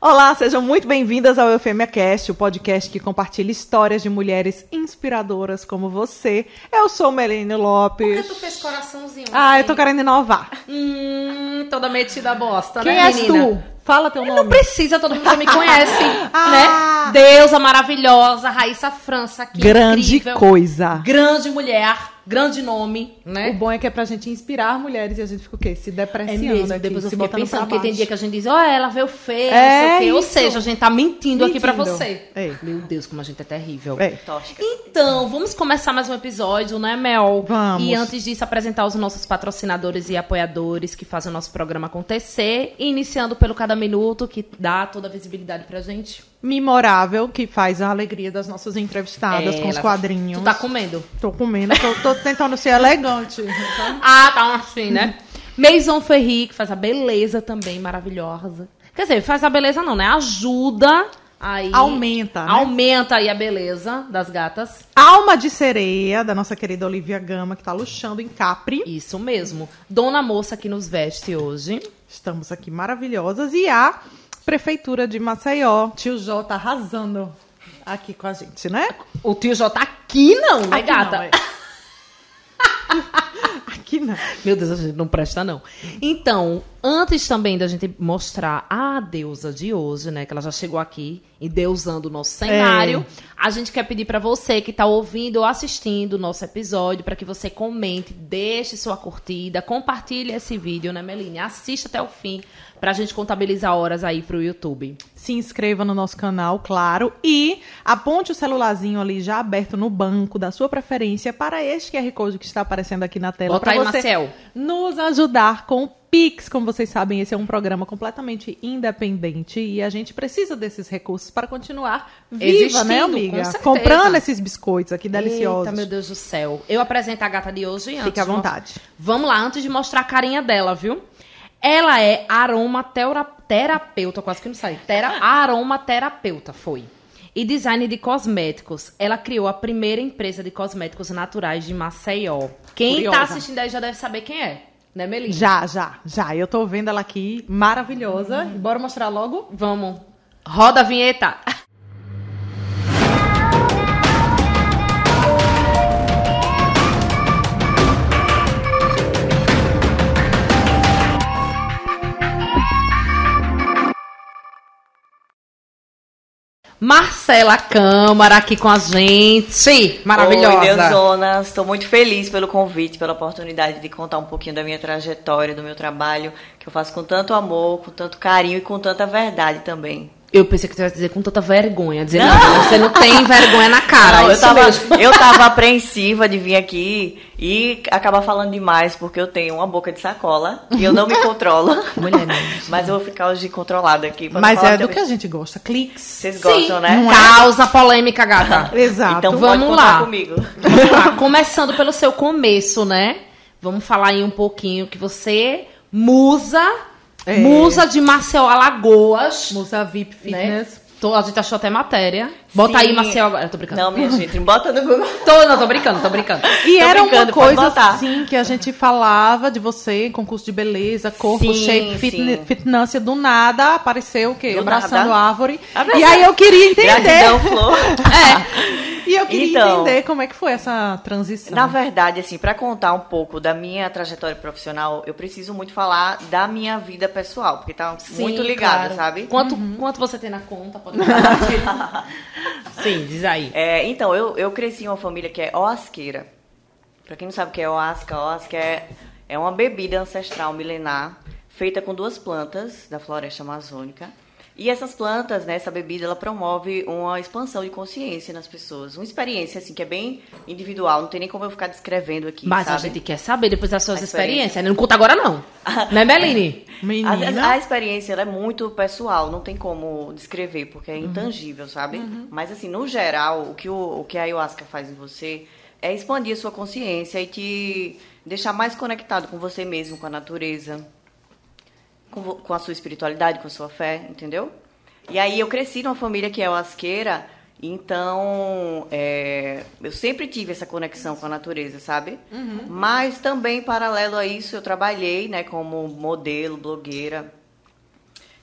Olá, sejam muito bem-vindas ao Eufêmia Cast, o podcast que compartilha histórias de mulheres inspiradoras como você. Eu sou Melene Lopes. Por que tu fez coraçãozinho? assim. Ah, eu tô querendo inovar. Hum, toda metida bosta, Quem né, és menina? tu? Fala teu Não nome. precisa, todo mundo já me conhece, Ah. né? Deusa maravilhosa, Raíssa França, que Grande incrível. coisa. Grande mulher, grande nome, O né? bom é que é pra gente inspirar mulheres e a gente fica o quê? Se É depreciando mesmo, aqui, depois eu se fiquei botando pra pensando, porque tem baixo. dia que a gente diz, ó, ela veio feia, É não sei o quê. Ou isso. seja, a gente tá mentindo, aqui pra Mentindo. você. É. Meu Deus, como a gente é terrível. É. Então, vamos começar mais um episódio, né, Mel? Vamos. E antes disso, apresentar os nossos patrocinadores e apoiadores que fazem o nosso programa acontecer. Iniciando pelo Cada Minuto, que dá toda a visibilidade pra gente. Memorável, que faz a alegria das nossas entrevistadas É, com os ela- quadrinhos. Tu tá comendo. Tô comendo, tô, tô tentando ser elegante. Ah, tá assim, né? Uhum. Maison Ferri, que faz a beleza também maravilhosa. Quer dizer, faz a beleza não, né? Ajuda aí. Aumenta, né? Aumenta aí a beleza das gatas. Alma de Sereia, da nossa querida Olivia Gama, que tá luxando em Capri. Isso mesmo. Dona Moça que nos veste hoje. Estamos aqui maravilhosas. E a Prefeitura de Maceió. Tio Jó tá arrasando aqui com a gente, né? O tio J tá aqui não, né, Aqui gata? não, é. Aqui não. Meu Deus, a gente não presta, não. Então, antes também da gente mostrar a deusa de hoje, né? Que ela já chegou aqui endeusando o nosso É. cenário. A gente quer pedir pra você que tá ouvindo ou assistindo o nosso episódio pra que você comente, deixe sua curtida, compartilhe esse vídeo, né, Meline? Assista até o fim pra gente contabilizar horas aí pro YouTube. Se inscreva no nosso canal, claro, e aponte o celularzinho ali já aberto no banco da sua preferência para este QR Code que está aparecendo aqui na tela. Bota para aí, tá você Marcel. nos ajudar com o Pix. Como vocês sabem, esse é um programa completamente independente e a gente precisa desses recursos para continuar viva, Existindo, né, com amiga? certeza. Comprando esses biscoitos aqui deliciosos. Eita, meu Deus do céu. Eu apresento a gata de hoje antes. Fique à de mostrar- vontade. Vamos lá, antes de mostrar a carinha dela, viu? Ela é aromaterapeuta, quase que não sai. Tera, aromaterapeuta, foi. E design de cosméticos. Ela criou a primeira empresa de cosméticos naturais de Maceió. Quem Curiosa. tá assistindo aí já deve saber quem é, né, Melina? Já, já, já. Eu tô vendo ela aqui, maravilhosa. Bora mostrar logo? Vamos. Roda a vinheta. Marcela Câmara aqui com a gente. Maravilhosa. Oi, Deusonas. Estou muito feliz pelo convite, pela oportunidade de contar um pouquinho da minha trajetória, do meu trabalho, que eu faço com tanto amor, com tanto carinho e com tanta verdade também. eu pensei que você ia dizer com tanta vergonha. Dizer, não, você não tem vergonha na cara. é Não, eu, isso tava, mesmo. eu tava apreensiva de vir aqui e acabar falando demais, porque eu tenho uma boca de sacola e eu não me controlo. Mulher, não. Mas eu vou ficar hoje controlada aqui. pra não Mas falar é do também. que a gente gosta. Cliques. Vocês gostam, Sim, né? Causa polêmica, gata. Exato. Então Vamos pode contar lá. comigo. Vamos lá, começando pelo seu começo, né? Vamos falar aí um pouquinho que você musa, É. musa de Marcel Alagoas, Musa VIP né? Fitness. Tô, a gente achou até matéria. Bota aí Sim. Marcel agora, tô brincando. Não, minha gente, bota no Google. Tô, não, tô brincando, tô brincando. E Tô era uma brincando, pode coisa botar. assim que a gente falava de você, concurso de beleza, corpo, Sim, shape, sim. fitness, do nada apareceu o quê? Do Abraçando nada. árvore. Abraçando. E aí eu queria Gratidão, entender. Flor. É. E eu queria Então. entender como é que foi essa transição. né? Na verdade, assim, pra contar um pouco da minha trajetória profissional, eu preciso muito falar da minha vida pessoal, porque tá Sim, muito ligada, claro. sabe? Uhum. Quanto, quanto você tem na conta? Pode falar. Sim, diz aí. É, então, eu, eu cresci em uma família que é oasqueira. Pra quem não sabe o que é oasca, oasca é, é uma bebida ancestral milenar feita com duas plantas da floresta amazônica. E essas plantas, né, essa bebida, ela promove uma expansão de consciência nas pessoas. Uma experiência, assim, que é bem individual. Não tem nem como eu ficar descrevendo aqui, Mas a sabe? gente quer saber depois das suas A experiências. Não conta agora, não. Né, Beline? A, Menina. a- a experiência ela é muito pessoal, não tem como descrever, porque é intangível, sabe? Mas assim, no geral, o que, o, o que a ayahuasca faz em você é expandir a sua consciência e te deixar mais conectado com você mesmo, com a natureza, com, vo- com a sua espiritualidade, com a sua fé, entendeu? E aí eu cresci numa família que é oasqueira, então é, eu sempre tive essa conexão com a natureza, sabe? Uhum. Mas também, paralelo a isso, eu trabalhei né, como modelo, blogueira.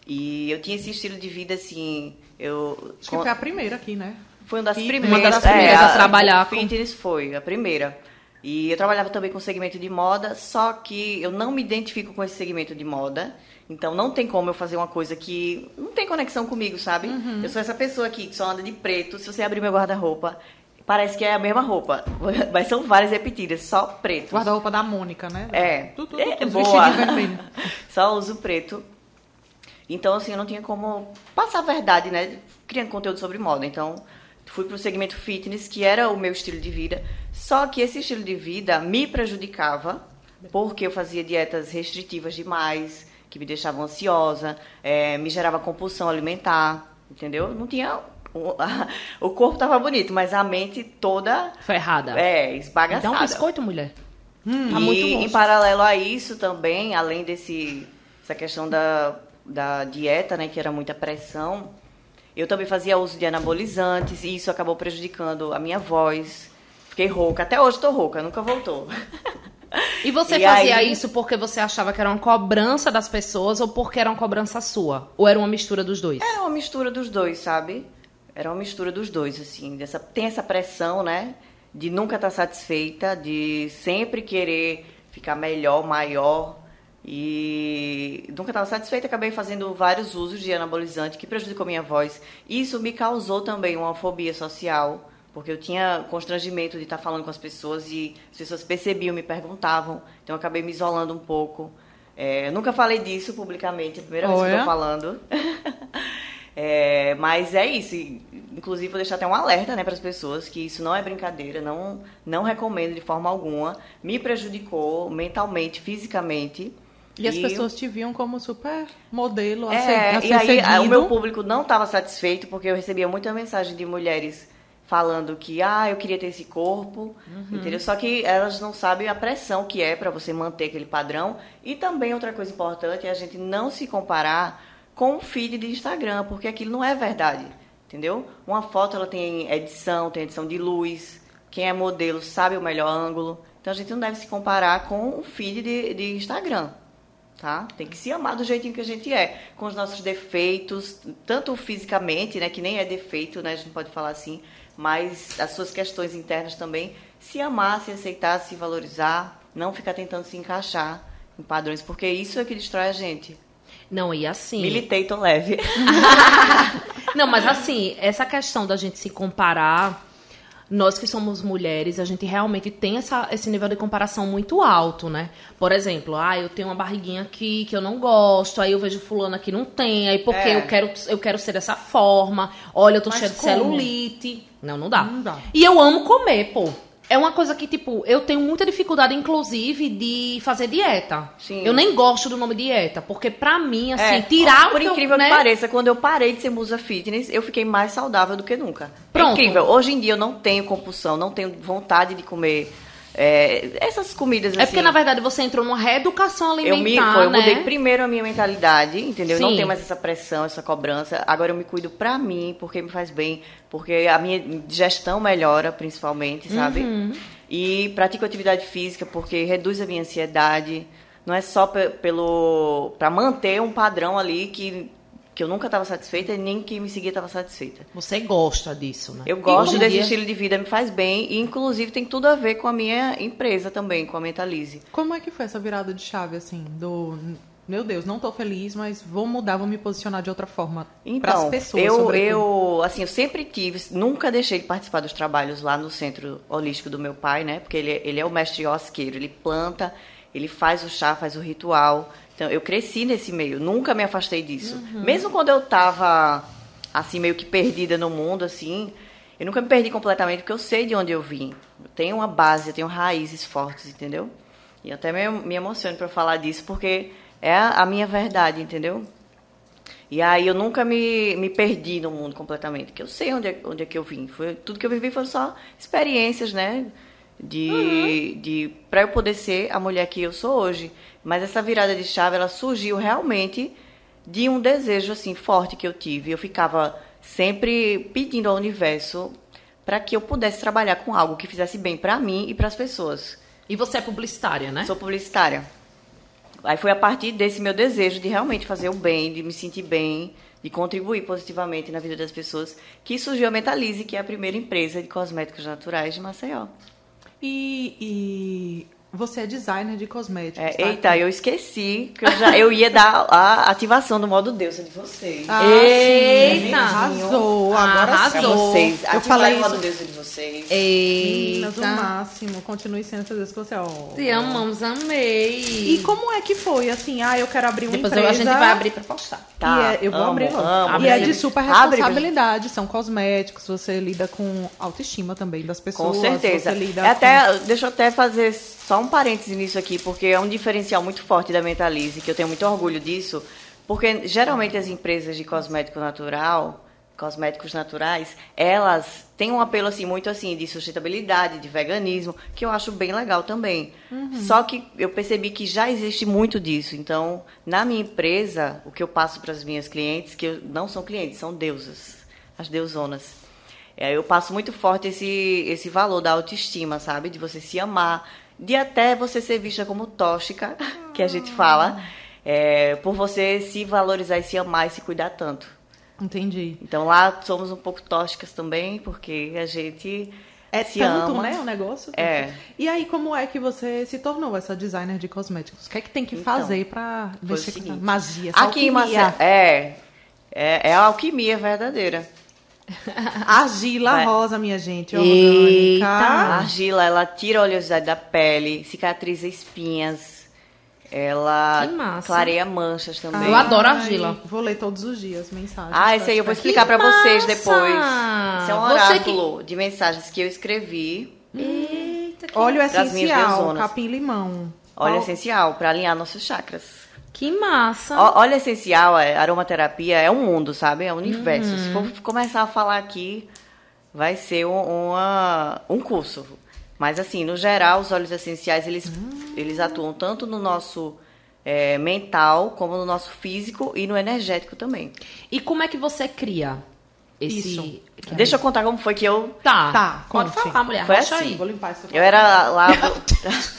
E eu tinha esse estilo de vida assim. Eu, Acho que foi a primeira aqui, né? foi uma das Uma primeiras, das primeiras a trabalhar O com- fitness foi a primeira. E eu trabalhava também com segmento de moda, só que eu não me identifico com esse segmento de moda. Então não tem como eu fazer uma coisa que não tem conexão comigo, sabe? Uhum. Eu sou essa pessoa aqui que só anda de preto. Se você abrir meu guarda-roupa, parece que é a mesma roupa, mas são várias repetidas, só preto. Guarda-roupa da Mônica, né? É. Tudo, É, tudo, boa. vermelho. Só uso preto. Então, assim, eu não tinha como passar a verdade, né? Criando conteúdo sobre moda. Então, fui pro segmento fitness, que era o meu estilo de vida. Só que esse estilo de vida me prejudicava, porque eu fazia dietas restritivas demais, que me deixavam ansiosa, eh, me gerava compulsão alimentar, entendeu? Não tinha. O, o corpo tava bonito, mas a mente toda. Ferrada. Então, É, Me Dá esbagaçada um biscoito, mulher. Tá Uhum. e muito longe. em paralelo a isso também, além desse essa questão da, da dieta, né, que era muita pressão, eu também fazia uso de anabolizantes e isso acabou prejudicando a minha voz. Fiquei rouca, até hoje tô rouca, nunca voltou. E você E fazia aí- isso porque você achava que era uma cobrança das pessoas ou porque era uma cobrança sua? Ou era uma mistura dos dois? Era É uma mistura dos dois, sabe? Era uma mistura dos dois, assim. Dessa, tem essa pressão, né? De nunca estar satisfeita, de sempre querer ficar melhor, maior. E nunca estava satisfeita, acabei fazendo vários usos de anabolizante que prejudicou minha voz. Isso me causou também uma fobia social, porque eu tinha constrangimento de estar falando com as pessoas e as pessoas percebiam, me perguntavam. Então eu acabei me isolando um pouco. É, eu nunca falei disso publicamente, é a primeira vez que eu Olha. tô falando. É, mas é isso. E, Inclusive, vou deixar até um alerta né, para as pessoas que isso não é brincadeira, não, não recomendo de forma alguma. Me prejudicou mentalmente, fisicamente. E as pessoas te viam como super modelo a ser, a É, ser e aí a- seguido. o meu público não estava satisfeito porque eu recebia muita mensagem de mulheres falando que ah eu queria ter esse corpo entendeu só que elas não sabem a pressão que é para você manter aquele padrão e também outra coisa importante é a gente não se comparar com o feed de Instagram porque aquilo não é verdade entendeu uma foto ela tem edição tem edição de luz quem é modelo sabe o melhor ângulo então a gente não deve se comparar com o feed de, de Instagram tá? Tem que se amar do jeitinho que a gente é, com os nossos defeitos, tanto fisicamente, né, que nem é defeito, né, a gente pode falar assim, mas as suas questões internas também, se amar, se aceitar, se valorizar, não ficar tentando se encaixar em padrões, porque isso é que destrói a gente. Não, e assim. Militei, tô leve. Não, mas assim, essa questão da gente se comparar, nós que somos mulheres, a gente realmente tem essa, esse nível de comparação muito alto, né? Por exemplo, ah, eu tenho uma barriguinha aqui que eu não gosto, aí eu vejo fulano que não tem, aí porque É. eu quero eu quero ser dessa forma, olha, eu tô Mas cheia de como? celulite. Não, não dá. Não dá. E eu amo comer, pô. É uma coisa que, tipo, eu tenho muita dificuldade, inclusive, de fazer dieta. Sim. Eu nem gosto do nome dieta, porque pra mim, assim, É, tirar Por o que eu- incrível né? que pareça, quando eu parei de ser musa fitness, eu fiquei mais saudável do que nunca. Pronto. É incrível. Hoje em dia eu não tenho compulsão, não tenho vontade de comer é, essas comidas assim. É porque, na verdade, você entrou numa reeducação Eu alimentar, me foi, eu né? mudei primeiro a minha mentalidade, entendeu? Eu Não Sim. tenho mais essa pressão, essa cobrança. Agora eu me cuido pra mim, porque me faz bem, porque a minha digestão melhora, principalmente, sabe? Uhum. E pratico atividade física porque reduz a minha ansiedade. Não é só pe- pelo para manter um padrão ali que que eu nunca estava satisfeita e nem quem me seguia estava satisfeita. Você gosta disso, né? Eu gosto hoje em desse tipo dia- estilo de vida, me faz bem e inclusive tem tudo a ver com a minha empresa também, com a Mentalize. Como é que foi essa virada de chave, assim, do... Meu Deus, não tô feliz, mas vou mudar, vou me posicionar de outra forma pras Então, pessoas. eu, sobretudo. eu, assim, eu sempre tive, nunca deixei de participar dos trabalhos lá no centro holístico do meu pai, né? Porque ele, ele é o mestre osqueiro, ele planta, ele faz o chá, faz o ritual. Então, eu cresci nesse meio, nunca me afastei disso. Uhum. Mesmo quando eu tava, assim, meio que perdida no mundo, assim, eu nunca me perdi completamente, porque eu sei de onde eu vim. Eu tenho uma base, eu tenho raízes fortes, entendeu? E até me, me emociono para falar disso, porque é a- a minha verdade, entendeu? E aí eu nunca me, me perdi no mundo completamente, porque eu sei onde é, onde é que eu vim. Foi, tudo que eu vivi foram só experiências, né? De, de para eu poder ser a mulher que eu sou hoje. Mas essa virada de chave, ela surgiu realmente de um desejo assim forte que eu tive. Eu ficava sempre pedindo ao universo para que eu pudesse trabalhar com algo que fizesse bem para mim e para as pessoas. E você é publicitária, né? Sou publicitária. Aí foi a partir desse meu desejo de realmente fazer o bem, de me sentir bem, de contribuir positivamente na vida das pessoas, que surgiu a Metalize, que é a primeira empresa de cosméticos naturais de Maceió. E, e você é designer de cosméticos. É, tá? eita, eu esqueci que eu, já, eu ia dar a ativação do modo Deus de vocês. Ah, Eita! sim, arrasou, Ah, agora Pra Arrasou. sim. vocês. Eu Ativarem falei o modo isso. Deus de vocês. Meninas, o Eita. máximo. Continue sendo essas vezes que você... ó. Te amamos, amei. E como é que foi? Assim, ah, eu quero abrir uma Depois empresa. a gente vai abrir pra postar. e é, eu vou Tá, amo, abrir logo. amo. e é Abre. de super Abre, responsabilidade. São cosméticos, você lida com autoestima também das pessoas. Com certeza. Você lida É até, deixa eu até fazer só um parêntese nisso aqui, porque é um diferencial muito forte da Mentalize, que eu tenho muito orgulho disso, porque geralmente as empresas de cosmético natural, cosméticos naturais, elas têm um apelo assim muito assim de sustentabilidade, de veganismo, que eu acho bem legal também. Uhum. Só que eu percebi que já existe muito disso. Então, na minha empresa, o que eu passo para as minhas clientes, que eu- não são clientes, são deusas, as deusonas. É, eu passo muito forte esse, esse valor da autoestima, sabe? De você se amar, de até você ser vista como tóxica, que a Ah. gente fala, é, por você se valorizar e se amar e se cuidar tanto. com- Entendi. Então lá somos um pouco tóxicas também, porque a gente É se tanto, ama. né, o negócio? É. E aí, como é que você se tornou essa designer de cosméticos? O que é que tem que Então, fazer pra foi o mexer com essa seguinte. magia, essa Aqui em alquimia? Maceió. É, é, é a alquimia verdadeira. Argila Vai. rosa, minha gente, Ah. Eita. A orgânica. argila, ela tira a oleosidade da pele, cicatriza espinhas, ela Que massa. clareia manchas também. Eu adoro argila. Vou ler todos os dias mensagens. Ah, esse aí eu vou Tá? explicar Que pra vocês massa! depois. Esse é um Você oráculo de mensagens que eu escrevi. Eita, que, Óleo das minhas essencial, deusonas. capim-limão. Óleo Ó, essencial pra alinhar nossos chakras. que massa. Ó- Óleo essencial, é, aromaterapia é um mundo, sabe? É um universo. Se Uhum. for começar a falar aqui, vai ser um, uma- um curso. Mas assim, no geral, os óleos essenciais eles, Hum. eles atuam tanto no nosso é, mental como no nosso físico e no energético também. E como é que você cria esse... Isso. que- Deixa eu contar como foi que eu Tá, Tá, pode conte. falar, mulher. Foi Rocha assim. aí. Vou limpar isso. eu era lá,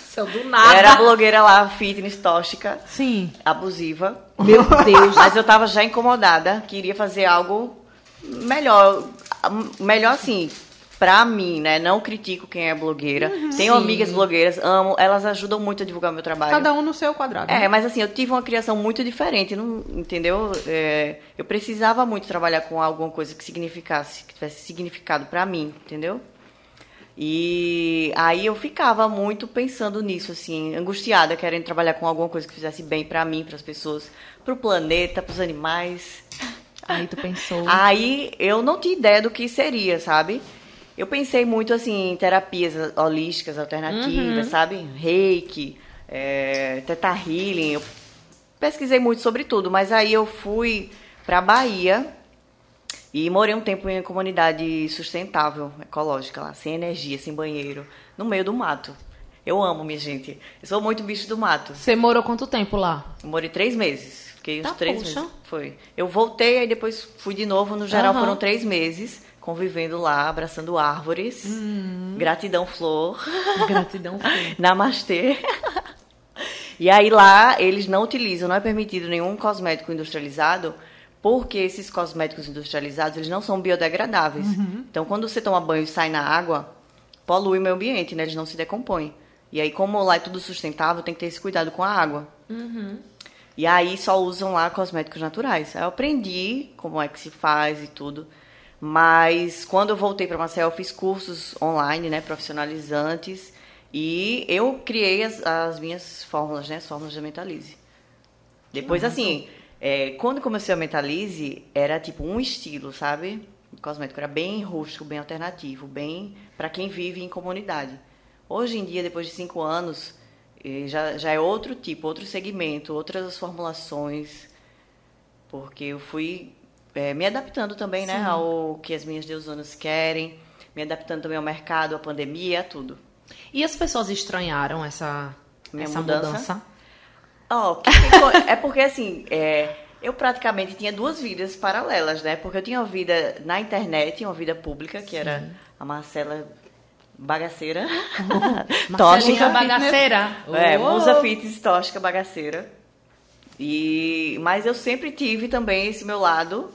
Seu do eu nada. era blogueira lá fitness tóxica. Sim. abusiva. Meu Deus. Mas eu tava já incomodada, queria fazer algo melhor. Melhor assim, pra mim, né? Não critico quem é blogueira. Tenho Sim. amigas blogueiras, amo. Elas ajudam muito a divulgar meu trabalho. Cada um no seu quadrado. né? É, mas assim, eu tive uma criação muito diferente, não, entendeu? É, eu precisava muito trabalhar com alguma coisa que significasse, que tivesse significado pra mim, entendeu? E aí eu ficava muito pensando nisso, assim, angustiada, querendo trabalhar com alguma coisa que fizesse bem pra mim, pras pessoas, pro planeta, pros animais. Aí tu pensou. Aí eu não tinha ideia do que seria, sabe? Eu pensei muito assim em terapias holísticas alternativas, sabe? Reiki, é, Teta Healing. Eu pesquisei muito sobre tudo, mas aí eu fui pra Bahia e morei um tempo em uma comunidade sustentável, ecológica lá, sem energia, sem banheiro, no meio do mato. Eu amo, minha gente. Eu sou muito bicho do mato. Você morou quanto tempo lá? Eu morei três meses. Fiquei Tá, uns três poxa. meses. Foi. Eu voltei, aí depois fui de novo. No geral, Aham. foram três meses convivendo lá, abraçando árvores. Hum. Gratidão, flor. Gratidão. Namastê. E aí lá eles não utilizam, não é permitido nenhum cosmético industrializado, porque esses cosméticos industrializados eles não são biodegradáveis. Uhum. Então quando você toma banho e sai na água, polui o meio ambiente, né? Eles não se decompõem. E aí como lá é tudo sustentável, tem que ter esse cuidado com a água. E aí só usam lá cosméticos naturais. Aí eu aprendi como é que se faz e tudo. Mas quando eu voltei para Maceió, eu fiz cursos online, né, profissionalizantes. E eu criei as, as minhas fórmulas, né, as fórmulas da Mentalize. Depois, assim, é, quando comecei a Mentalize, era tipo um estilo, sabe? O cosmético era bem rústico, bem alternativo, bem para quem vive em comunidade. Hoje em dia, depois de cinco anos, eh, já, já é outro tipo, outro segmento, outras formulações, porque eu fui eh, me adaptando também, né, ao que as minhas deusonas querem, me adaptando também ao mercado, à pandemia, a tudo. E as pessoas estranharam essa, Minha essa mudança? mudança? Ó, que ficou- é porque assim, é, eu praticamente tinha duas vidas paralelas, né? Porque eu tinha uma vida na internet, uma vida pública, que era a Marcela Bagaceira. Marcelinha tóxica. bagaceira. É, Uou. musa fitness tóxica, bagaceira. E, mas eu sempre tive também esse meu lado,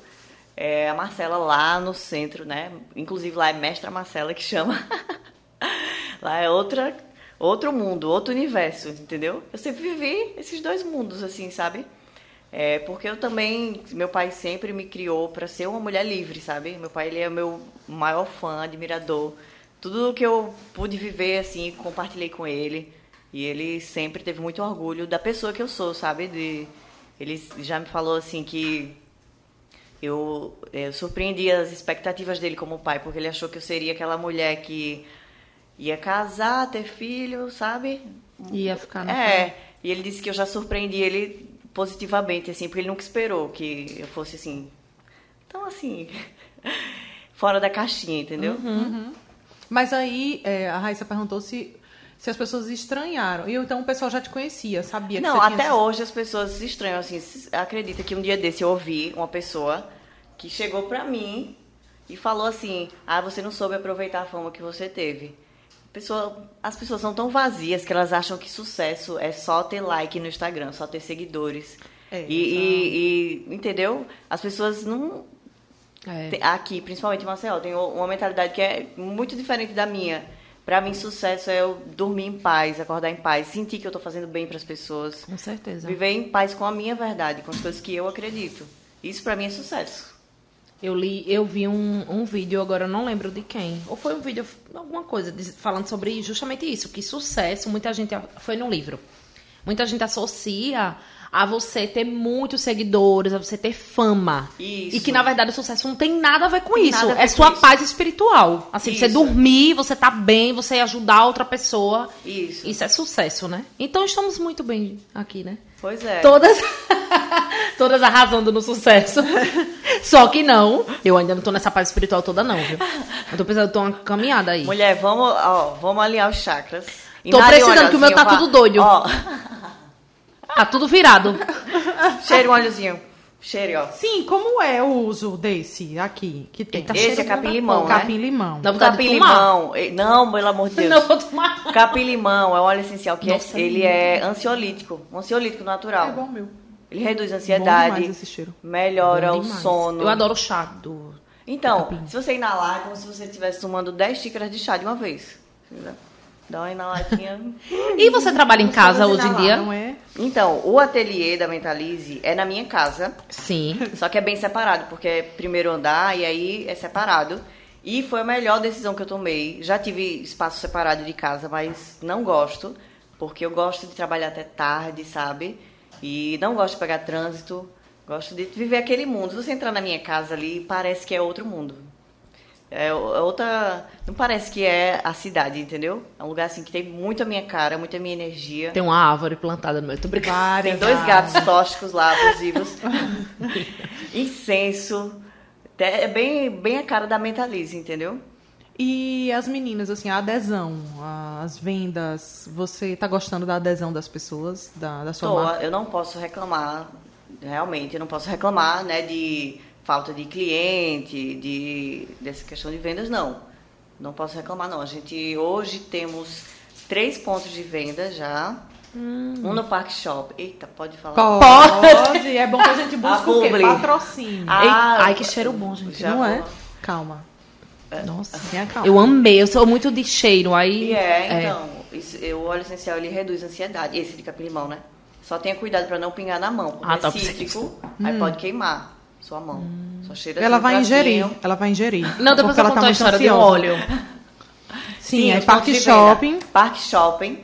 é, a Marcela lá no centro, né? Inclusive lá é mestra Marcela que chama. lá é outra, outro mundo, outro universo, entendeu? Eu sempre vivi esses dois mundos, assim, sabe? É, porque eu também, meu pai sempre me criou para ser uma mulher livre, sabe? Meu pai, ele é meu maior fã, admirador. Tudo que eu pude viver, assim, compartilhei com ele. E ele sempre teve muito orgulho da pessoa que eu sou, sabe? De, ele já me falou, assim, que eu, eu surpreendi as expectativas dele como pai, porque ele achou que eu seria aquela mulher que ia casar, ter filho, sabe? Ia Tá ficar no É, e ele disse que eu já surpreendi ele positivamente, assim, porque ele nunca esperou que eu fosse assim. Então, assim, fora da caixinha, entendeu? Mas aí é, a Raíssa perguntou se, se as pessoas estranharam. E então o pessoal já te conhecia, sabia que Não, você tinha até essas- hoje as pessoas se estranham, assim, se- acredita que um dia desse eu ouvi uma pessoa que chegou pra mim e falou assim, ah, você não soube aproveitar a fama que você teve. Pessoa, as pessoas são tão vazias que elas acham que sucesso é só ter like no Instagram, só ter seguidores. É, então. e, e- e, entendeu? As pessoas não É. Tem- Aqui, principalmente em Maceió, tem o- uma mentalidade que é muito diferente da minha. Pra mim, sucesso é eu dormir em paz, acordar em paz, sentir que eu tô fazendo bem pras pessoas, Com certeza. viver em paz com a minha verdade, com as coisas que eu acredito. Isso pra mim é sucesso. Eu li, eu vi um, um vídeo, agora eu não lembro de quem. Ou foi um vídeo, alguma coisa, diz- falando sobre justamente isso, que sucesso, muita gente. a- Foi num livro. Muita gente associa a você ter muitos seguidores, a você ter fama. Isso. E que, na verdade, o sucesso não tem nada a ver com Tem isso. nada a ver É com sua isso. paz espiritual. Assim, você Isso. dormir, você tá bem, você ajudar outra pessoa. Isso. Isso é sucesso, né? Então estamos muito bem aqui, né? Pois é. Todas. Todas arrasando no sucesso. Só que não. Eu ainda não tô nessa paz espiritual toda, não, viu? Eu tô precisando, tô uma caminhada aí. Mulher, vamos, ó, vamos alinhar os chakras. Tô Inale precisando, que o meu tá óleozinho, vá. tudo doido. Ó, Tá tudo virado. cheira um óleozinho. Cheire, ó. Sim, como é o uso desse aqui que tem? Eita, Esse é cheirando da capim-limão, porra. né? Capim-limão. Dá vontade de tomar. Capim-limão. Eh, Não, pelo amor de Deus. Não vou tomar. Capim-limão é um óleo essencial que é- Nossa, ele menina. é ansiolítico, um ansiolítico natural. É bom meu. Ele reduz a Bom ansiedade, demais esse cheiro. melhora Bom é o demais. sono. Eu adoro o chá do. Então, se você inalar, é como se você estivesse tomando 10 xícaras de chá de uma vez. Dá uma inaladinha. E você trabalha em casa hoje em Não dia? é? então, o ateliê da Mentalize é na minha casa. Sim. Só que é bem separado, porque é primeiro andar e aí é separado. E foi a melhor decisão que eu tomei. Já tive espaço separado de casa, mas não gosto, porque eu gosto de trabalhar até tarde, sabe? E não gosto de pegar trânsito, gosto de viver aquele mundo. Se você entrar na minha casa ali, parece que é outro mundo. É o- é outra. Não parece que é a cidade, entendeu? É um lugar assim que tem muito a minha cara, muita minha energia. Tem uma árvore plantada no meu. Tô brincando. Várias. Tem dois ah, gatos tóxicos lá, abusivos. Incenso. É bem, bem a cara da Mentalize, entendeu? E as meninas, assim, a adesão, as vendas, você tá gostando da adesão das pessoas, da, da sua Tô, marca? eu não posso reclamar, realmente, eu não posso reclamar, né, de falta de cliente, de dessa questão de vendas, não. Não posso reclamar, não. A gente hoje temos três pontos de venda já. Hum. Um no Park Shop. Eita, pode falar. Pode, é bom que a gente busque o quê? publi. Patrocínio. Ah, Ei, ai, que cheiro bom, gente. já não é? vou- Calma. Nossa. Tenha calma. Eu amei, eu sou muito de cheiro. Aí. É. E é, então, isso- eu- o óleo essencial ele reduz a ansiedade, esse de capim-limão, né? Só tenha cuidado pra não pingar na mão, porque Ah, tá, é cítrico, aí pode queimar sua mão. Só cheira Ela assim, vai bracinho. ingerir, ela vai ingerir. É. Não, depois porque eu ela tá conto a muito história do ansiosa. óleo. Sim, é os Parque pontos de venda. Shopping. Parque Shopping,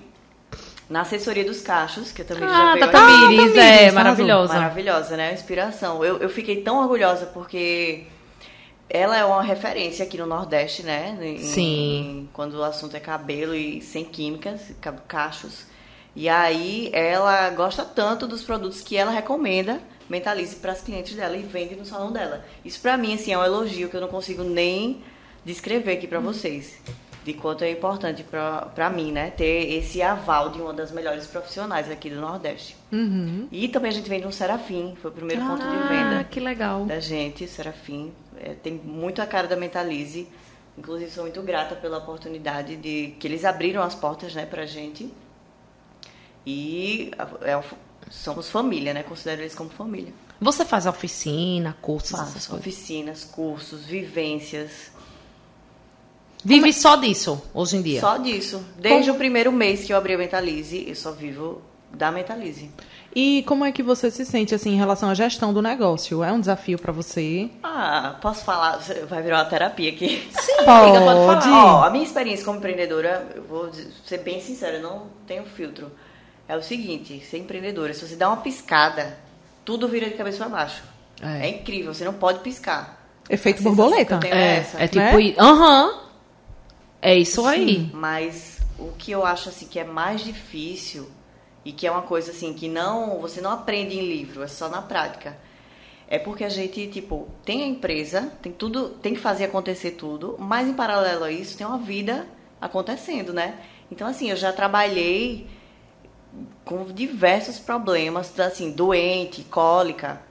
na assessoria dos cachos, que eu também já Ah, veio da aqui. Tamires, Tamires, é, arrasou. maravilhosa. Maravilhosa, né? Inspiração. Eu, eu fiquei tão orgulhosa porque ela é uma referência aqui no Nordeste, né? Em- Sim. em- quando o assunto é cabelo e sem químicas, ca- cachos. E aí ela gosta tanto dos produtos que ela recomenda, mentalize para as clientes dela e vende no salão dela. Isso pra mim assim é um elogio que eu não consigo nem descrever aqui pra vocês. De quanto é importante pra pra mim, né? Ter esse aval de uma das melhores profissionais aqui do Nordeste. Uhum. E também a gente vende um Serafim, foi o primeiro ponto de Ah, venda que legal. da gente, Serafim. É, tem muito a cara da Mentalize. Inclusive, sou muito grata pela oportunidade de que eles abriram as portas, né, pra gente. E é, somos família, né? Considero eles como família. Você faz oficina, cursos, essas Faço coisas? oficinas, cursos, vivências. Vive só disso hoje em dia? Só disso. Desde o primeiro mês que eu abri a Mentalize, eu só vivo da Mentalize. E como é que você se sente assim em relação à gestão do negócio? É um desafio pra você? Ah, posso falar? Vai virar uma terapia aqui. Sim, Pode. amiga, pode falar. Ó, a minha experiência como empreendedora, eu vou dizer- ser bem sincera, eu não tenho filtro. É o seguinte, ser empreendedora, se você dá uma piscada, tudo vira de cabeça para baixo. É. É. incrível, você não pode piscar. Efeito A sensação É borboleta. que eu tenho é É, essa, é né? tipo, i- aham. É isso aí. Mas o que eu acho assim que é mais difícil e que é uma coisa assim que não você não aprende em livro, é só na prática. É porque a gente tipo tem a empresa, tem tudo, tem que fazer acontecer tudo, mas em paralelo a isso tem uma vida acontecendo, né? Então assim eu já trabalhei com diversos problemas, assim doente, cólica,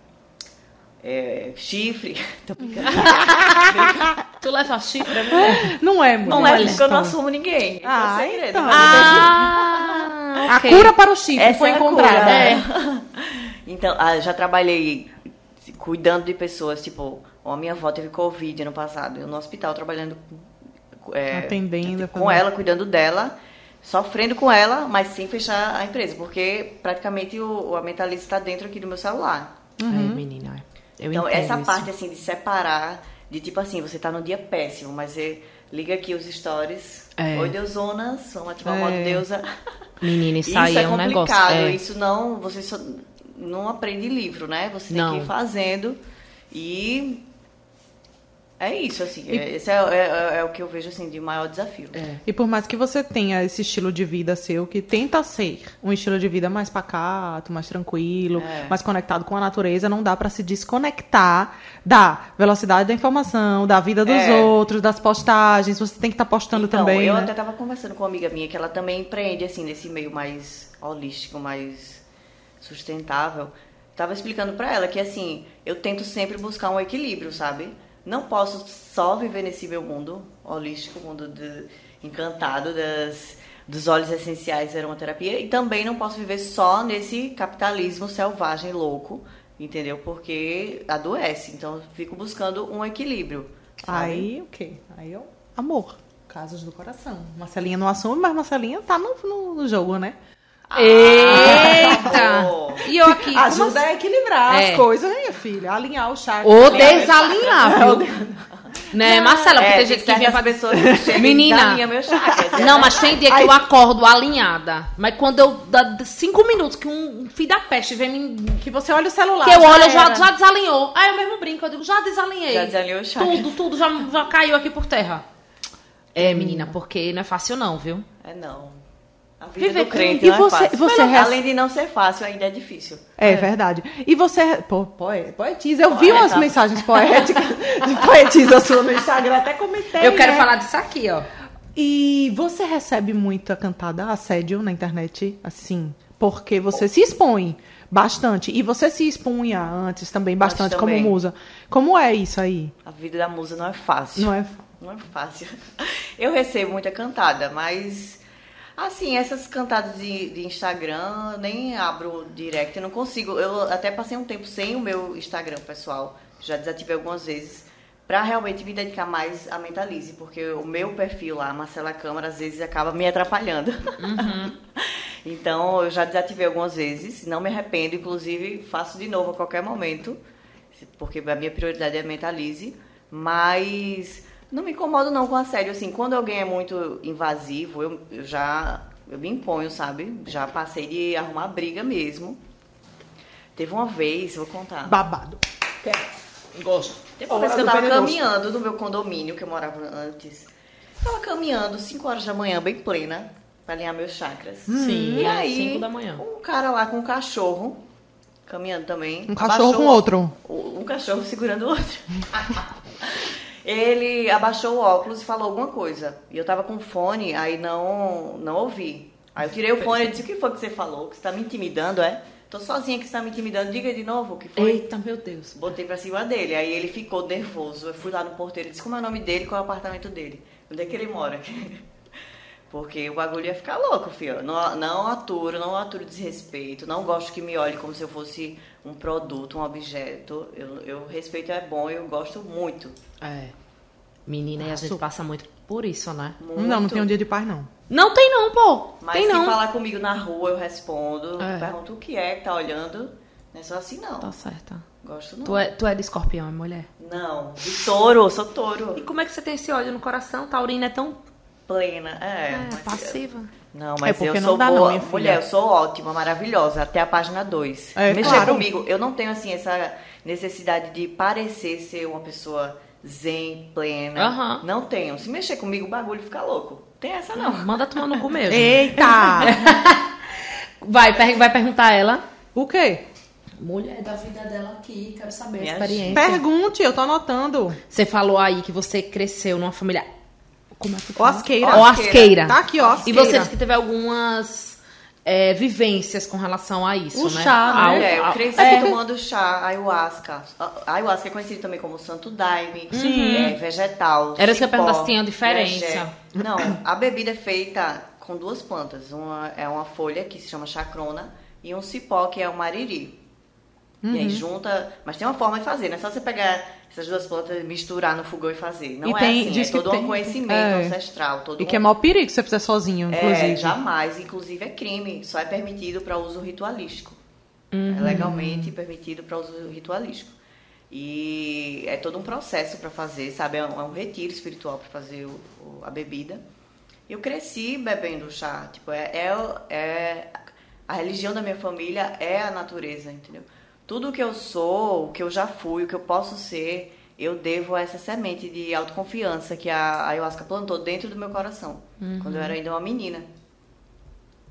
é, chifre, tô brincando. Ah, Tu leva né? chifre, mulher? Não é, mulher. não é Olha, porque eu não então. assumo ninguém. Esse é o Ah, segredo. então. Ah, A ok. cura para o chifre Essa foi é a encontrada. cura. É. Então, ah, já trabalhei cuidando de pessoas, tipo, a minha avó teve Covid ano passado, eu no hospital trabalhando é, Atendendo, com fazendo- ela, cuidando dela, sofrendo com ela, mas sem fechar a empresa, porque praticamente o, o- a mentalista está dentro aqui do meu celular. É, menina. Eu então, entendo essa isso. parte, assim, de separar, de tipo assim, você tá no dia péssimo, mas você liga aqui os stories, É. oi deusonas, vamos ativar É. o modo deusa. Menina, isso, Isso aí é, é um negócio. complicado, É. isso não, você só não aprende livro, né? Você tem Não. que ir fazendo e é isso, assim, é- esse é, é- é o que eu vejo, assim, de maior desafio. É. E por mais que você tenha esse estilo de vida seu, que tenta ser um estilo de vida mais pacato, mais tranquilo, É. mais conectado com a natureza, não dá pra se desconectar da velocidade da informação, da vida dos É. outros, das postagens. Você tem que estar postando Então, também. eu né? até tava conversando com uma amiga minha que ela também empreende, assim, nesse meio mais holístico, mais sustentável. Tava explicando pra ela que, assim, eu tento sempre buscar um equilíbrio, sabe? Não posso só viver nesse meu mundo holístico, mundo de- encantado das, dos óleos essenciais da aromaterapia. E também não posso viver só nesse capitalismo selvagem, louco, entendeu? Porque adoece. Então, eu fico buscando um equilíbrio. sabe? Aí o quê? Aí eu. Amor. Casos do coração. Marcelinha não assume, mas Marcelinha tá no, no- no jogo, né? Eita! Ah, E eu aqui. como Ajuda a equilibrar É. as coisas, né, minha filha. Alinhar o chakra. Ou desalinhar, viu? Né, Marcela? Porque tem gente que vinha É, certas pra pessoas que chegam e Menina. desalinham meu chakra. Não, mas tem dia que eu acordo alinhada. Mas quando eu. Dá cinco minutos que um filho da peste vem me. Que você olha o celular. né? Que eu olho, já, era. já desalinhou. Aí eu mesmo brinco, eu digo, já desalinhei. Já desalinhou o chakra. Tudo, tudo já, já caiu aqui por terra. É, menina, porque não é fácil não, viu? É não. A vida Viver do crente com- e não você- é fácil. você Além res- de não ser fácil, ainda é difícil. É, verdade. E você. Pô, poe- poetisa. Eu vi Poeta. umas mensagens poéticas de poetisa sua no Instagram, até comentei. eu quero né? falar disso aqui, ó. E você recebe muita cantada assédio na internet, assim, porque você se expõe bastante. E você se expunha antes também bastante Antes como também. musa. Como é isso aí? A vida da musa não é fácil. Não é? Não é fácil. Eu recebo muita cantada, mas assim, essas cantadas de, de Instagram, eu nem abro o direct, eu não consigo. Eu até passei um tempo sem o meu Instagram pessoal, já desativei algumas vezes, pra realmente me dedicar mais à Mentalize, porque o meu perfil lá, Marcela Câmara, às vezes acaba me atrapalhando. então, eu já desativei algumas vezes, não me arrependo, inclusive faço de novo a qualquer momento porque a minha prioridade é mentalize, mas não me incomodo não com assédio, assim, quando alguém é muito invasivo, eu, eu já eu me imponho, sabe? Já passei de arrumar briga mesmo. Teve uma vez, vou contar. Babado. Gosto. Teve uma Hora vez que eu do tava venenoso. caminhando do meu condomínio, que eu morava antes. Tava caminhando, 5 horas da manhã, bem plena, pra alinhar meus chakras. Sim, E aí, cinco da manhã. um cara lá com um cachorro, caminhando também. Um cachorro com outro. o- Um cachorro segurando o outro. Ele abaixou o óculos e falou alguma coisa. E eu tava com fone, aí não, não ouvi. Aí eu tirei o fone e disse, o que foi que você falou? Que você tá me intimidando, é? Tô sozinha que está me intimidando. Diga de novo o que foi. Eita, meu Deus. Botei pra cima dele. Aí ele ficou nervoso. Eu fui lá no porteiro e disse como é o nome dele, qual é o apartamento dele. Onde é que ele mora? Porque o bagulho ia ficar louco, filho. Não, não aturo, não aturo desrespeito. Não gosto que me olhe como se eu fosse um produto, um objeto. Eu, eu respeito é bom, eu gosto muito. É. Menina, e a gente passa muito por isso, né? muito. Não, não tem um dia de paz, não. Não tem não, pô. Mas tem se não. falar comigo na rua, eu respondo. É. Pergunto o que é que tá olhando. Não é só assim, não. Tá certa. Gosto não. Tu é, tu é de escorpião, é mulher? Não, de touro, sou touro. E como é que você tem esse ódio no coração? Taurina é tão Plena, é. é, mas- passiva. Não, mas É, porque eu não sou dá não, boa. minha filha. Mulher, eu sou ótima, maravilhosa, até a página 2. É, Mexer claro. comigo, eu não tenho assim essa necessidade de parecer ser uma pessoa zen, plena. Aham. Não tenho. Se mexer comigo, o bagulho fica louco. Tem Ah, essa não. Manda tomar no cu mesmo. Eita! Vai, per- vai perguntar a ela. o quê? Mulher da vida dela aqui, quero saber Me a experiência. Pergunte, eu tô anotando. Você falou aí que você cresceu numa família. Como é que fala? Osqueira. Osqueira. Tá aqui, E osqueira. você disse que teve algumas é, vivências com relação a isso, O né? chá, né? Ao- Mulher, Ah, eu ao- cresci É. tomando chá, ayahuasca. A- Ayahuasca é conhecido também como santo daime, Sim. é, vegetal. Era isso que eu ia cipó, perguntar se tinha diferença. dragé. Não, a bebida é feita com duas plantas. Uma é uma folha que se chama chacrona e um cipó que é o mariri. E aí junta, mas tem uma forma de fazer, não é só você pegar essas duas plantas, misturar no fogão e fazer. Não E é tem- assim, diz é que todo tem- um conhecimento é. ancestral, todo E que é um mau perigo se você fizer sozinho, inclusive. é, jamais. Inclusive é crime. Só é permitido para uso ritualístico. É legalmente permitido para uso ritualístico. E é todo um processo para fazer, sabe? É um, é um retiro espiritual para fazer o- o- a bebida. Eu cresci bebendo chá. Tipo, é, é, o- é- a religião da minha família é a natureza, entendeu? Tudo que eu sou, o que eu já fui, o que eu posso ser, eu devo a essa semente de autoconfiança que a ayahuasca plantou dentro do meu coração, quando eu era ainda uma menina.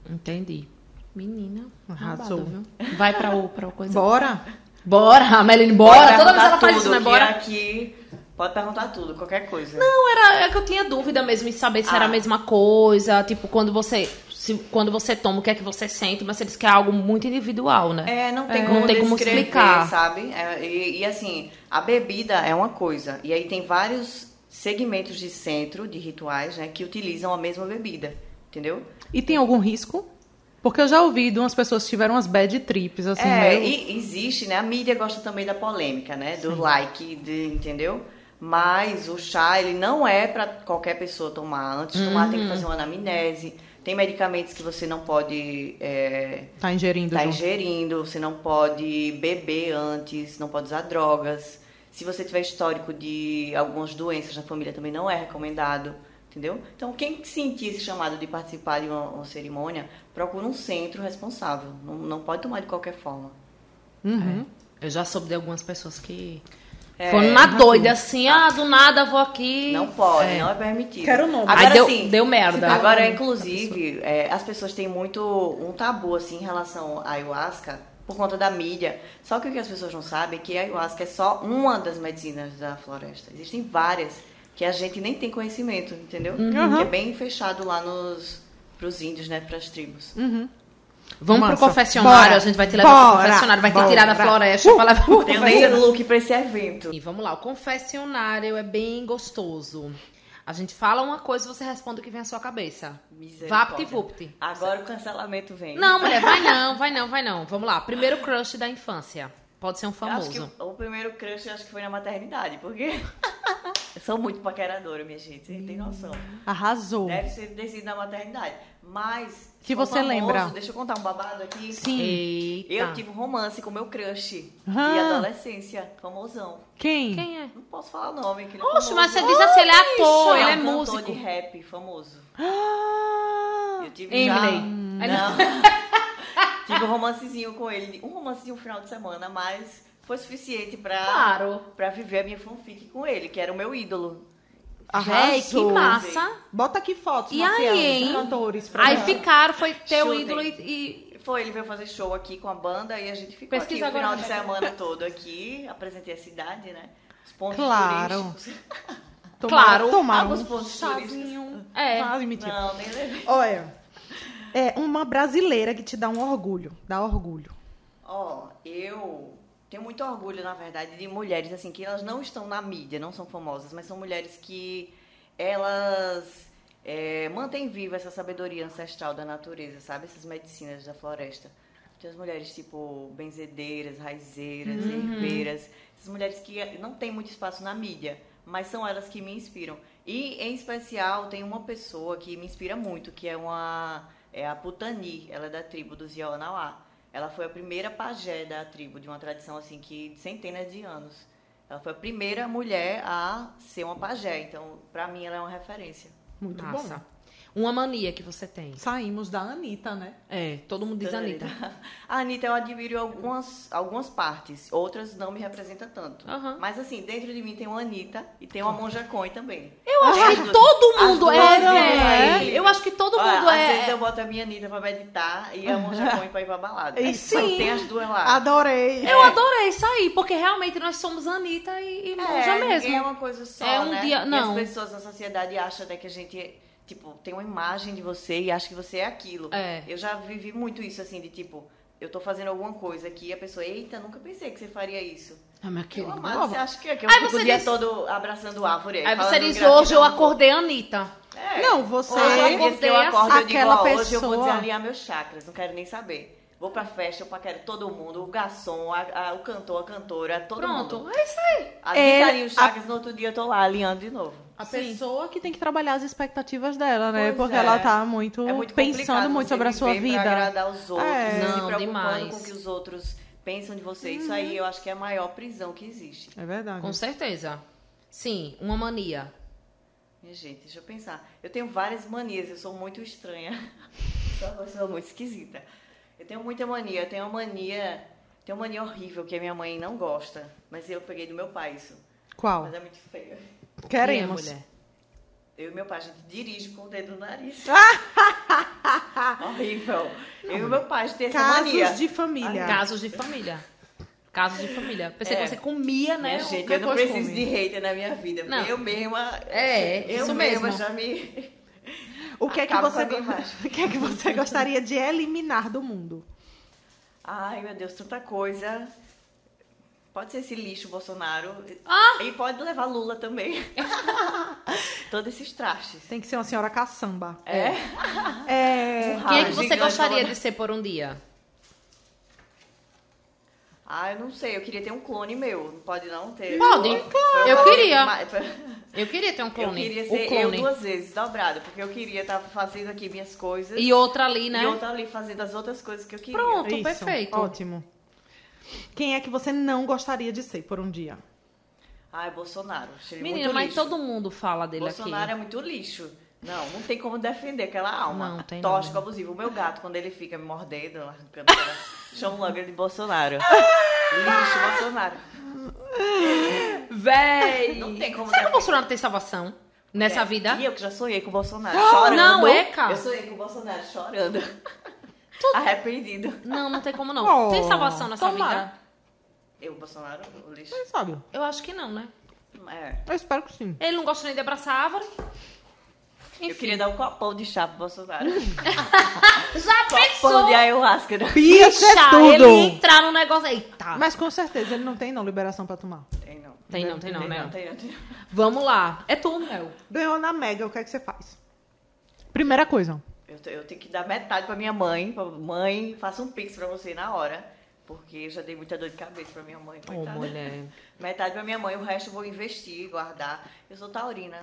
Entendi. Menina, Arrasou. arrasou, viu? Vai pra o, pra o coisa. Bora? Bora, Meline, bora. Pode Toda vez perguntar ela faz isso, tudo, né? que Bora. Aqui, é. pode perguntar tudo, qualquer coisa. Não, era é que eu tinha dúvida mesmo em saber se era a Ah. mesma coisa. Tipo, quando você. se- quando você toma, o que é que você sente, mas você disse que é algo muito individual, né? É, não tem É, como não tem como descrever, explicar. sabe? É, e, e, assim, a bebida é uma coisa. E aí tem vários segmentos de centro, de rituais, né? Que utilizam a mesma bebida, entendeu? E tem algum risco? Porque eu já ouvi de umas pessoas que tiveram umas bad trips, assim, é, meio- e existe, né? A mídia gosta também da polêmica, né? Do like, de- entendeu? Mas o chá, ele não é pra qualquer pessoa tomar. Antes de tomar, tem Uhum. que fazer uma anamnese. Tem medicamentos que você não pode... é, Tá ingerindo. Tá Ju. ingerindo, você não pode beber antes, não pode usar drogas. Se você tiver histórico de algumas doenças na família, também não é recomendado, entendeu? Então, quem sentir esse chamado de participar de uma, uma cerimônia, procura um centro responsável. Não, não pode tomar de qualquer forma. Uhum. Eu já soube de algumas pessoas que. É, foram na doida, assim, ah, do nada vou aqui. Não pode, É. não é permitido. Quero o nome. Agora, Aí deu- sim, deu merda. Agora, inclusive, é, as pessoas têm muito um tabu assim em relação à ayahuasca por conta da mídia. Só que o que as pessoas não sabem é que a ayahuasca é só uma das medicinas da floresta. Existem várias que a gente nem tem conhecimento, entendeu? Uhum. Que é bem fechado lá nos pros índios, né, pras tribos. Uhum. Vamos Massa. pro confessionário, Bora. a gente vai te levar pro Bora. confessionário, vai Bora. te tirar da floresta Uh, pra levar pro Eu confessionário. dei look pra esse evento. E vamos lá, o confessionário é bem gostoso. A gente fala uma coisa e você responde o que vem à sua cabeça. Misericórdia. Vapt-vupt. Agora o cancelamento vem. Não, mulher, vai não, vai não, vai não. Vamos lá, primeiro crush da infância. Pode ser um Eu famoso. Acho que o primeiro crush eu acho que foi na maternidade, porque eu sou muito paqueradora, minha gente, vocês não tem noção. Tipo, Arrasou. Deve ser ter sido na maternidade. Mas. Que se for você lembra. Deixa eu contar um babado aqui. Sim. Eita. Eu tive um romance com meu crush de Ah. adolescência, famosão. Quem? Quem é? Não posso falar o nome. que ele é Oxe, famoso. mas você disse assim, ele é ator, Não, ele é cantor músico. de rap, famoso. Ah! Eu tive Emily. já... Ai, não. Não. tive um romancezinho com ele. Um romancezinho um final de semana, mas foi suficiente pra, Claro. pra viver a minha fanfic com ele, que era o meu ídolo. Véi, É, que Arrasou. massa. Bota aqui fotos, E Marcelo, aí, de hein? cantores. pra Aí gente. ficaram, foi teu Chutem. ídolo e, e- Foi, ele veio fazer show aqui com a banda e a gente ficou Pesquisa aqui o agora, né? final de Rebeca. semana todo aqui. Apresentei a cidade, né? Os pontos Claro. turísticos. Tomaram- Claro. Tomaram Alguns um pontos Tá. turísticos. chazinho. É. Ah, mentira. Não, nem levei. Olha, é uma brasileira que te dá um orgulho. Dá orgulho. Ó, eu tenho muito orgulho, na verdade, de mulheres assim que elas não estão na mídia, não são famosas, mas são mulheres que elas é, mantêm viva essa sabedoria ancestral da natureza, sabe? Essas medicinas da floresta. Tem as mulheres tipo benzedeiras, raizeiras, herveiras, essas mulheres que não têm muito espaço na mídia, mas são elas que me inspiram. E em especial tem uma pessoa que me inspira muito, que é uma é a Putani, ela é da tribo dos Yaonauá. Ela foi a primeira pajé da tribo, de uma tradição assim que de centenas de anos. Ela foi a primeira mulher a ser uma pajé, então pra mim ela é uma referência. Muito Massa. bom. Uma mania que você tem. Saímos da Anitta, né? É, todo mundo diz Anitta. A Anitta eu admiro algumas, algumas partes, outras não me representam tanto. Aham. Mas assim, dentro de mim tem uma Anitta e tem uma Monja Coin também. Eu acho que todo mundo As é, duas velho. aí. Eu acho que todo mundo Às é. vezes eu boto a minha Anitta pra meditar e a Monja Coin pra ir pra balada. E Então, sim. tem as duas lá. Adorei. Eu adorei isso aí, porque realmente nós somos Anitta e, e Monja ninguém mesmo. É uma coisa só, É um né? dia- E não. as pessoas na sociedade acham até que a gente, tipo, tem uma imagem de você e acha que você é aquilo. É. Eu já vivi muito isso, assim, de tipo, eu tô fazendo alguma coisa aqui e a pessoa, eita, nunca pensei que você faria isso. Ah, minha Que eu querida. amado, você acha que é que eu Aí fico você o dia diz- todo abraçando árvore? Aí você falando diz, gratidão. hoje eu acordei Anitta. É. Não, você. Hoje eu acordei, que eu acordei acordo, eu digo, aquela ó, hoje eu vou pessoa. desalinhar meus chakras, não quero nem saber. Vou pra festa, eu paquero todo mundo, o garçom, a- a- o cantor, a cantora, todo Pronto. mundo. É isso aí. Aí É, desalinho os a- chakras, no outro dia eu tô lá alinhando de novo. A Sim. pessoa que tem que trabalhar as expectativas dela, né? Pois Porque é. ela tá muito, É muito pensando complicado muito você sobre a sua viver pra vida. agradar os outros, É. se Não, preocupando demais. com o que os outros pensam de você. Isso aí eu acho que é a maior prisão que existe. É verdade. Com certeza. Sim, uma mania. Minha gente, deixa eu pensar. Eu tenho várias manias, eu sou muito estranha. sou, sou muito esquisita. Eu tenho muita mania, eu tenho uma mania, tenho uma mania horrível que a minha mãe não gosta, mas eu peguei do meu pai isso. Qual? Mas é muito feio. Queremos. Quem é, mulher? Eu e meu pai, a gente dirige com o dedo no nariz. horrível. Eu e meu pai, a gente tem essa Casos mania. de família. Casos de família. Casos de família. Pensei que É. você comia, né? Minha o gente, eu não cocô preciso come. de hater na minha vida. Não. Eu mesma. É, eu isso mesma mesmo. já me. O que é que Acaba você com a minha go- o que é que você gostaria de eliminar do mundo? Ai, meu Deus, tanta coisa. Pode ser esse lixo, Bolsonaro. Ah! E pode levar Lula também. Todos esses trastes. Tem que ser uma senhora caçamba. É. É. Um Quem é que rádio você gigantona. gostaria de ser por um dia? Ah, eu não sei. Eu queria ter um clone meu. Não pode não ter. Pode. Pra Eu fazer queria. ma- pra- Eu queria ter um Eu clone. queria o ser eu clone. duas vezes, dobrado. Porque eu queria estar fazendo aqui minhas coisas. E outra ali, né? E outra ali fazendo as outras coisas que eu queria. Pronto, Isso, perfeito. Ótimo. Quem é que você não gostaria de ser por um dia? Ai, Bolsonaro. achei ele Menina, muito mas lixo. todo mundo fala dele Bolsonaro aqui. é muito lixo. Não, não tem como defender aquela alma. Não, tem Tóxico, não. abusivo. O meu gato, quando ele fica me mordendo, arrancando, cara, chama logo ele de Bolsonaro. Ah! lixo, Bolsonaro. Véi! Não tem como Será que dar- o Bolsonaro tem salvação nessa É, vida? E eu que já sonhei com o Bolsonaro chorando. Não, é, cara. Eu sonhei com o Bolsonaro chorando. Arrependido. Não, não tem como não. Oh, tem salvação nessa tomara. vida? Eu, Bolsonaro, o lixo. Quem sabe? Eu acho que não, né? É. Eu espero que sim. Ele não gosta nem de abraçar a árvore. Enfim. Eu queria dar um copão de chá pro Bolsonaro. Já Pão pensou? de ayahuasca. né? Isso é Chá, tudo. ele entrar no negócio. Eita! Mas com certeza ele não tem não liberação pra tomar. Tem não. Tem não, tem não, né? Tem não, tem não. Vamos lá. É tu, Mel. Ganhou na Mega, o que é que você faz? Primeira coisa. Eu, te- eu tenho que dar metade pra minha mãe. Pra mãe, faça um pix pra você na hora. Porque eu já dei muita dor de cabeça pra minha mãe. Ô, coitada. mulher. Metade pra minha mãe, o resto eu vou investir, guardar. Eu sou taurina.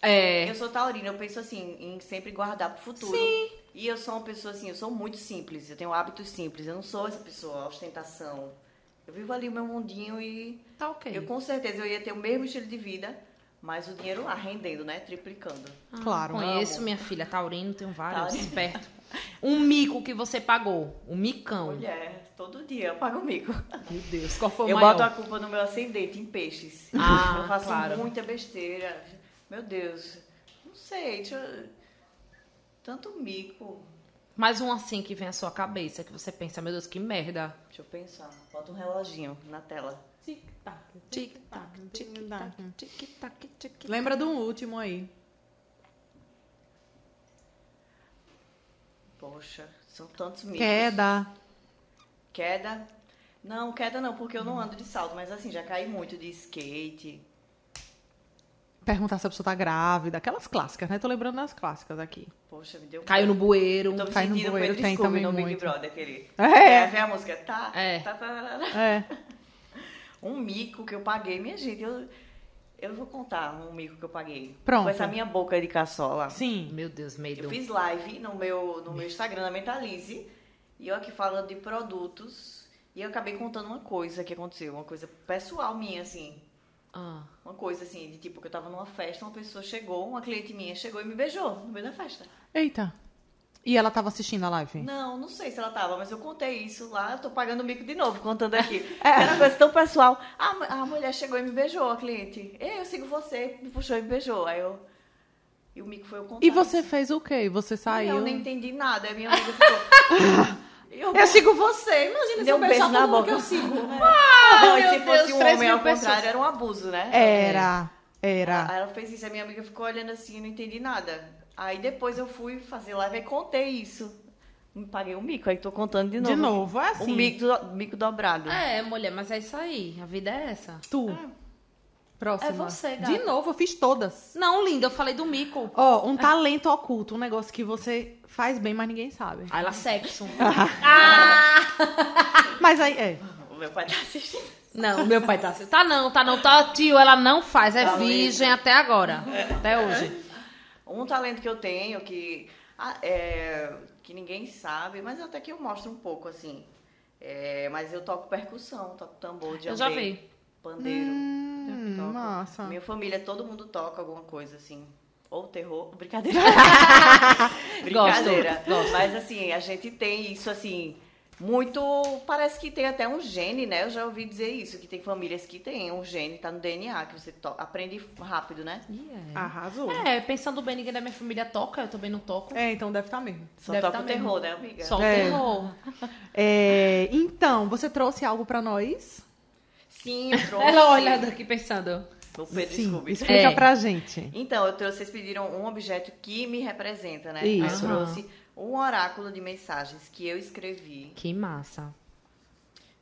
É. Eu sou taurina, eu penso assim, em sempre guardar pro futuro. Sim. E eu sou uma pessoa assim, eu sou muito simples, eu tenho hábitos simples, eu não sou essa pessoa, ostentação. Eu vivo ali o meu mundinho e Tá ok. eu com certeza eu ia ter o mesmo estilo de vida, mas o dinheiro lá rendendo, né? Triplicando. Ah, Claro. Conheço minha filha, Taurino, tenho vários esperto. Um mico que você pagou, um micão. Mulher, todo dia eu pago mico. Meu Deus, qual foi o eu maior? boto a culpa no meu ascendente em peixes. Ah, eu faço claro. muita besteira. Meu Deus. Não sei, deixa eu... tanto mico. Mais um assim que vem à sua cabeça, que você pensa, meu Deus, que merda. Deixa eu pensar. Bota um reloginho na tela. Tic-tac, tic-tac, tic-tac, tic-tac. Lembra do último aí. Poxa, são tantos micos. Queda. Queda. Não, queda não, porque eu não ando de salto, mas assim, já caí muito de skate. Perguntar se a pessoa tá grávida, aquelas clássicas, né? Tô lembrando das clássicas aqui. Poxa, me deu. um Caiu no bueiro. Tô me cai no sentindo bueiro, Pedro tem Scooby também no Big muito. Brother, querido. É. vem a música, tá? É. tá, tá, tá, tá. É. Um mico que eu paguei, minha gente. Eu, eu vou contar um mico que eu paguei. Pronto. Com essa minha boca de caçola. Sim. Meu Deus, Eu medo. fiz live no meu, no meu Instagram, na Mentalize, e eu aqui falando de produtos. E eu acabei contando uma coisa que aconteceu, uma coisa pessoal minha, assim. Ah, Uma coisa assim, de tipo, que eu tava numa festa, uma pessoa chegou, uma cliente minha chegou e me beijou no meio da festa. Eita. E ela tava assistindo a live? Não, não sei se ela tava, mas eu contei isso lá, eu tô pagando o mico de novo, contando aqui. Era uma coisa tão pessoal. A, mu- a mulher chegou e me beijou, a cliente. Ei, eu sigo você, me puxou e me beijou. Aí eu. E o mico foi o contrário. E você fez o quê? Você saiu. Eu nem entendi nada. Aí minha amiga ficou. eu, Eu sigo você. Imagina se eu Deu um beijo beijar na todo mundo boca. que eu sigo. Não, e meu se Deus, fosse um três homem mil ao pessoas. contrário, era um abuso, né? É. Era. Era. Aí ela fez isso, a minha amiga ficou olhando assim, não entendi nada. Aí depois eu fui fazer live e contei isso. Me paguei um mico, aí tô contando de novo. De novo, é assim. Um mico, do- mico dobrado. É, mulher, mas é isso aí. A vida é essa. Tu. Ah, Próxima. É você, tá. gata. De novo, eu fiz todas. Não, linda, eu falei do mico. Ó, um talento oculto, um negócio que você faz bem, mas ninguém sabe. Aí ela sexo. ah! Mas aí, é. O meu pai tá assistindo. Não, meu pai tá assim. Tá não, tá não, tá tio, ela não faz. É Tá É. virgem até agora. Até hoje. Um talento que eu tenho, que, ah, é, que ninguém sabe, mas até que eu mostro um pouco, assim. É, mas eu toco percussão, toco tambor, de Eu já vi. Pandeiro. Hum, toco. massa. Minha família, todo mundo toca alguma coisa assim. Ou terror, brincadeira. brincadeira. Mas assim, a gente tem isso assim. Muito. Parece que tem até um gene, né? Eu já ouvi dizer isso, que tem famílias que tem um gene, tá no DNA, que você to- aprende rápido, né? E é. Arrasou. É, pensando bem, ninguém da minha família toca, eu também não toco. É, então deve estar mesmo. Só Deve toca tá o mesmo. terror, né, amiga? Só o É. terror. É, então, você trouxe algo pra nós? Sim, eu trouxe. Ela olha daqui pensando. O Pedro Sim, Scooby. explica É. pra gente. Então, eu trouxe, vocês pediram um objeto que me representa, né? Aí Isso. Eu trouxe um oráculo de mensagens que eu escrevi Que massa.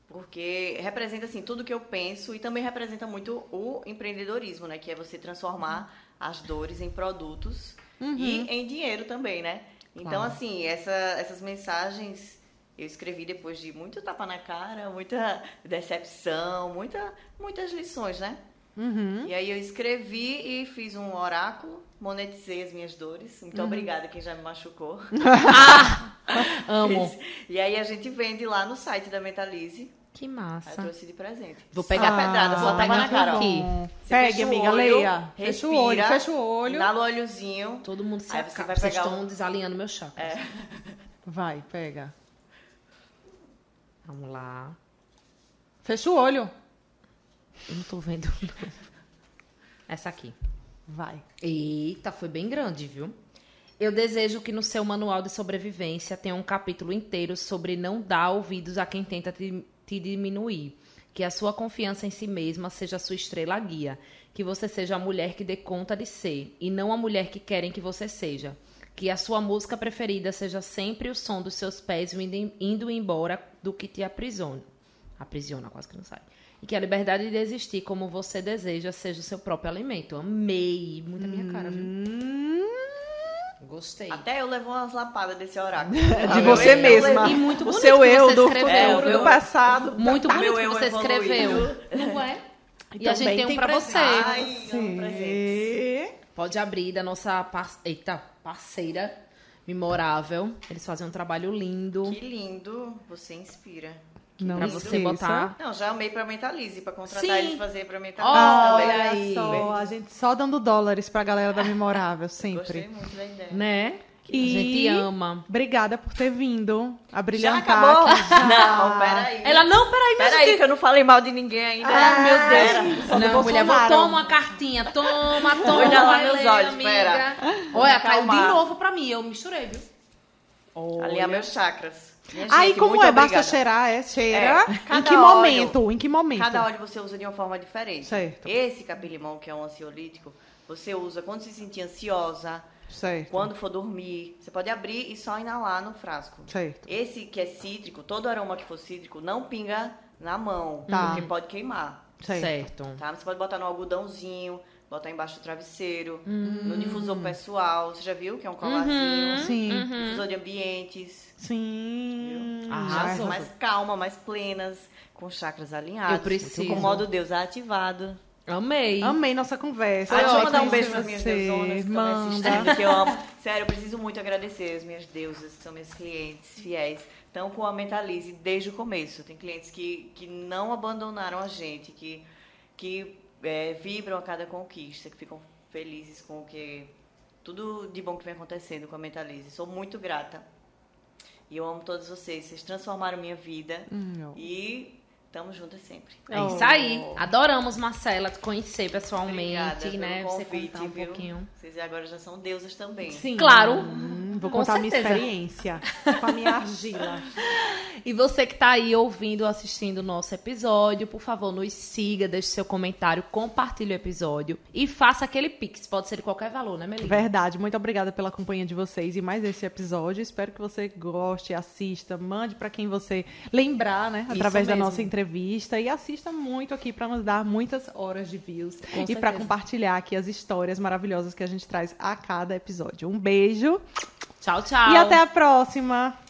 Porque representa assim tudo que eu penso e também representa muito o empreendedorismo, né? Que é você transformar as dores em produtos Uhum. e em dinheiro também, né? Então, Claro. assim, essa- essas mensagens eu escrevi depois de muito tapa na cara, muita decepção, muita, muitas lições, né? Uhum. E aí eu escrevi e fiz um oráculo, monetizei as minhas dores. Muito obrigada quem já me machucou. Amo. E aí a gente vende lá no site da Mentalize. Que Aí eu massa. trouxe de presente. Vou Ah, pegar a a pedrada, vou só tava pegar na cara, ó. aqui. Você Pegue, fecha o amiga, olho, leia. fecha o olho, respira, fecha o olho. Dá no olhozinho. Todo mundo se Aí você acaba. vai Vocês pegar estão um- desalinhando meu chakra. Vai, pega. Vamos lá. Fecha o olho. Eu não tô vendo. não. Essa aqui. Vai. Eita, foi bem grande, viu? Eu desejo que no seu manual de sobrevivência tenha um capítulo inteiro sobre não dar ouvidos a quem tenta te, te diminuir. Que a sua confiança em si mesma seja a sua estrela guia. Que você seja a mulher que dê conta de ser e não a mulher que querem que você seja. Que a sua música preferida seja sempre o som dos seus pés indo, indo embora do que te aprisiona. Aprisiona, quase que não sai. E que a liberdade de existir como você deseja seja o seu próprio alimento. Amei. Muito a minha cara, viu? Gostei. Hum. Até eu levo umas lapadas desse oráculo. De você mesma. E muito o bonito seu que você eu do escreveu. futuro, É, o do meu- passado. Tá. Muito Tá, bonito meu que eu você evoluindo. escreveu. Não é? E a gente também tem um tem pra você. presente. um Ai, amo presentes. Sim. Pode abrir da nossa par- Eita, parceira memorável. Eles fazem um trabalho lindo Que lindo. Você inspira. Não pra lindo. você esqueça. botar. Não, já amei pra Mentalize, pra contratar Sim. eles fazer pra Tá Mentalize também. Olha só, aí. a gente só dando dólares pra galera da Memorável, sempre. Gostei muito da ideia. Né? E- A gente ama. Obrigada por ter vindo. A Já brilhantar acabou? aqui já. Não, peraí. Ela, não, peraí, mas Peraí, que eu não falei mal de ninguém ainda. Ai, meu só do Ah, Não, mulher, vou, Bolsonaro. toma uma cartinha, toma, toma, Olha lá vai meus ler, olhos, amiga. pera. Olha, Vou caiu de acalmar. é novo pra mim, eu misturei, viu? Deus. Olha. Alinhar meus chakras. Minha Aí, gente, como é? muito Basta obrigada. cheirar, é cheira. É. Em Cada que óleo- momento? Em que momento? Cada óleo você usa de uma forma diferente. Tá Certo. Esse capilimão, que é um ansiolítico, você usa quando se sentir ansiosa, Certo. quando for dormir. Você pode abrir e só inalar no frasco. Certo. Esse que é cítrico, todo aroma que for cítrico, não pinga na mão, Tá. porque pode queimar. Sei. Certo. Tá? Você pode botar no algodãozinho, botar embaixo do travesseiro, Hum. no difusor pessoal. Você já viu que é um Uhum. colarzinho? Uhum. Sim. Difusor de ambientes. Sim. é Arrasou. Mais, mais calma, mais plenas, com chakras alinhados. Eu preciso. Com o modo Deus ativado. Amei. Amei nossa conversa. Ah, deixa eu Ótimo mandar um isso beijo pra pras minhas você. deusonas que estão me Manda. assistindo, que eu amo. Sério, eu preciso muito agradecer as minhas deusas, que são minhas clientes fiéis. Estão com a Mentalize desde o começo. Tem clientes que, que não abandonaram a gente, que, que é, vibram a cada conquista, que ficam felizes com o que... Tudo de bom que vem acontecendo com a Mentalize. Sou muito grata. E eu amo todos vocês. Vocês transformaram minha vida. Hum, E estamos juntas sempre. É isso aí. Adoramos, Marcela, te conhecer pessoalmente, Obrigada né? pelo Você convite, contar um viu? pouquinho. Vocês agora já são deusas também. Sim. Claro. Hum, vou Com contar a minha certeza. experiência com a minha argila. E você que tá aí ouvindo, assistindo o nosso episódio, por favor, nos siga, deixe seu comentário, compartilhe o episódio e faça aquele pix. Pode ser de qualquer valor, né, Melinda? Verdade, muito obrigada pela companhia de vocês e mais esse episódio. Espero que você goste, assista, mande pra quem você lembrar, né, Isso através da mesmo. nossa entrevista e assista muito aqui pra nos dar muitas horas de views e certeza. pra compartilhar aqui as histórias maravilhosas que a gente traz a cada episódio. Um beijo Tchau, tchau. e até a próxima.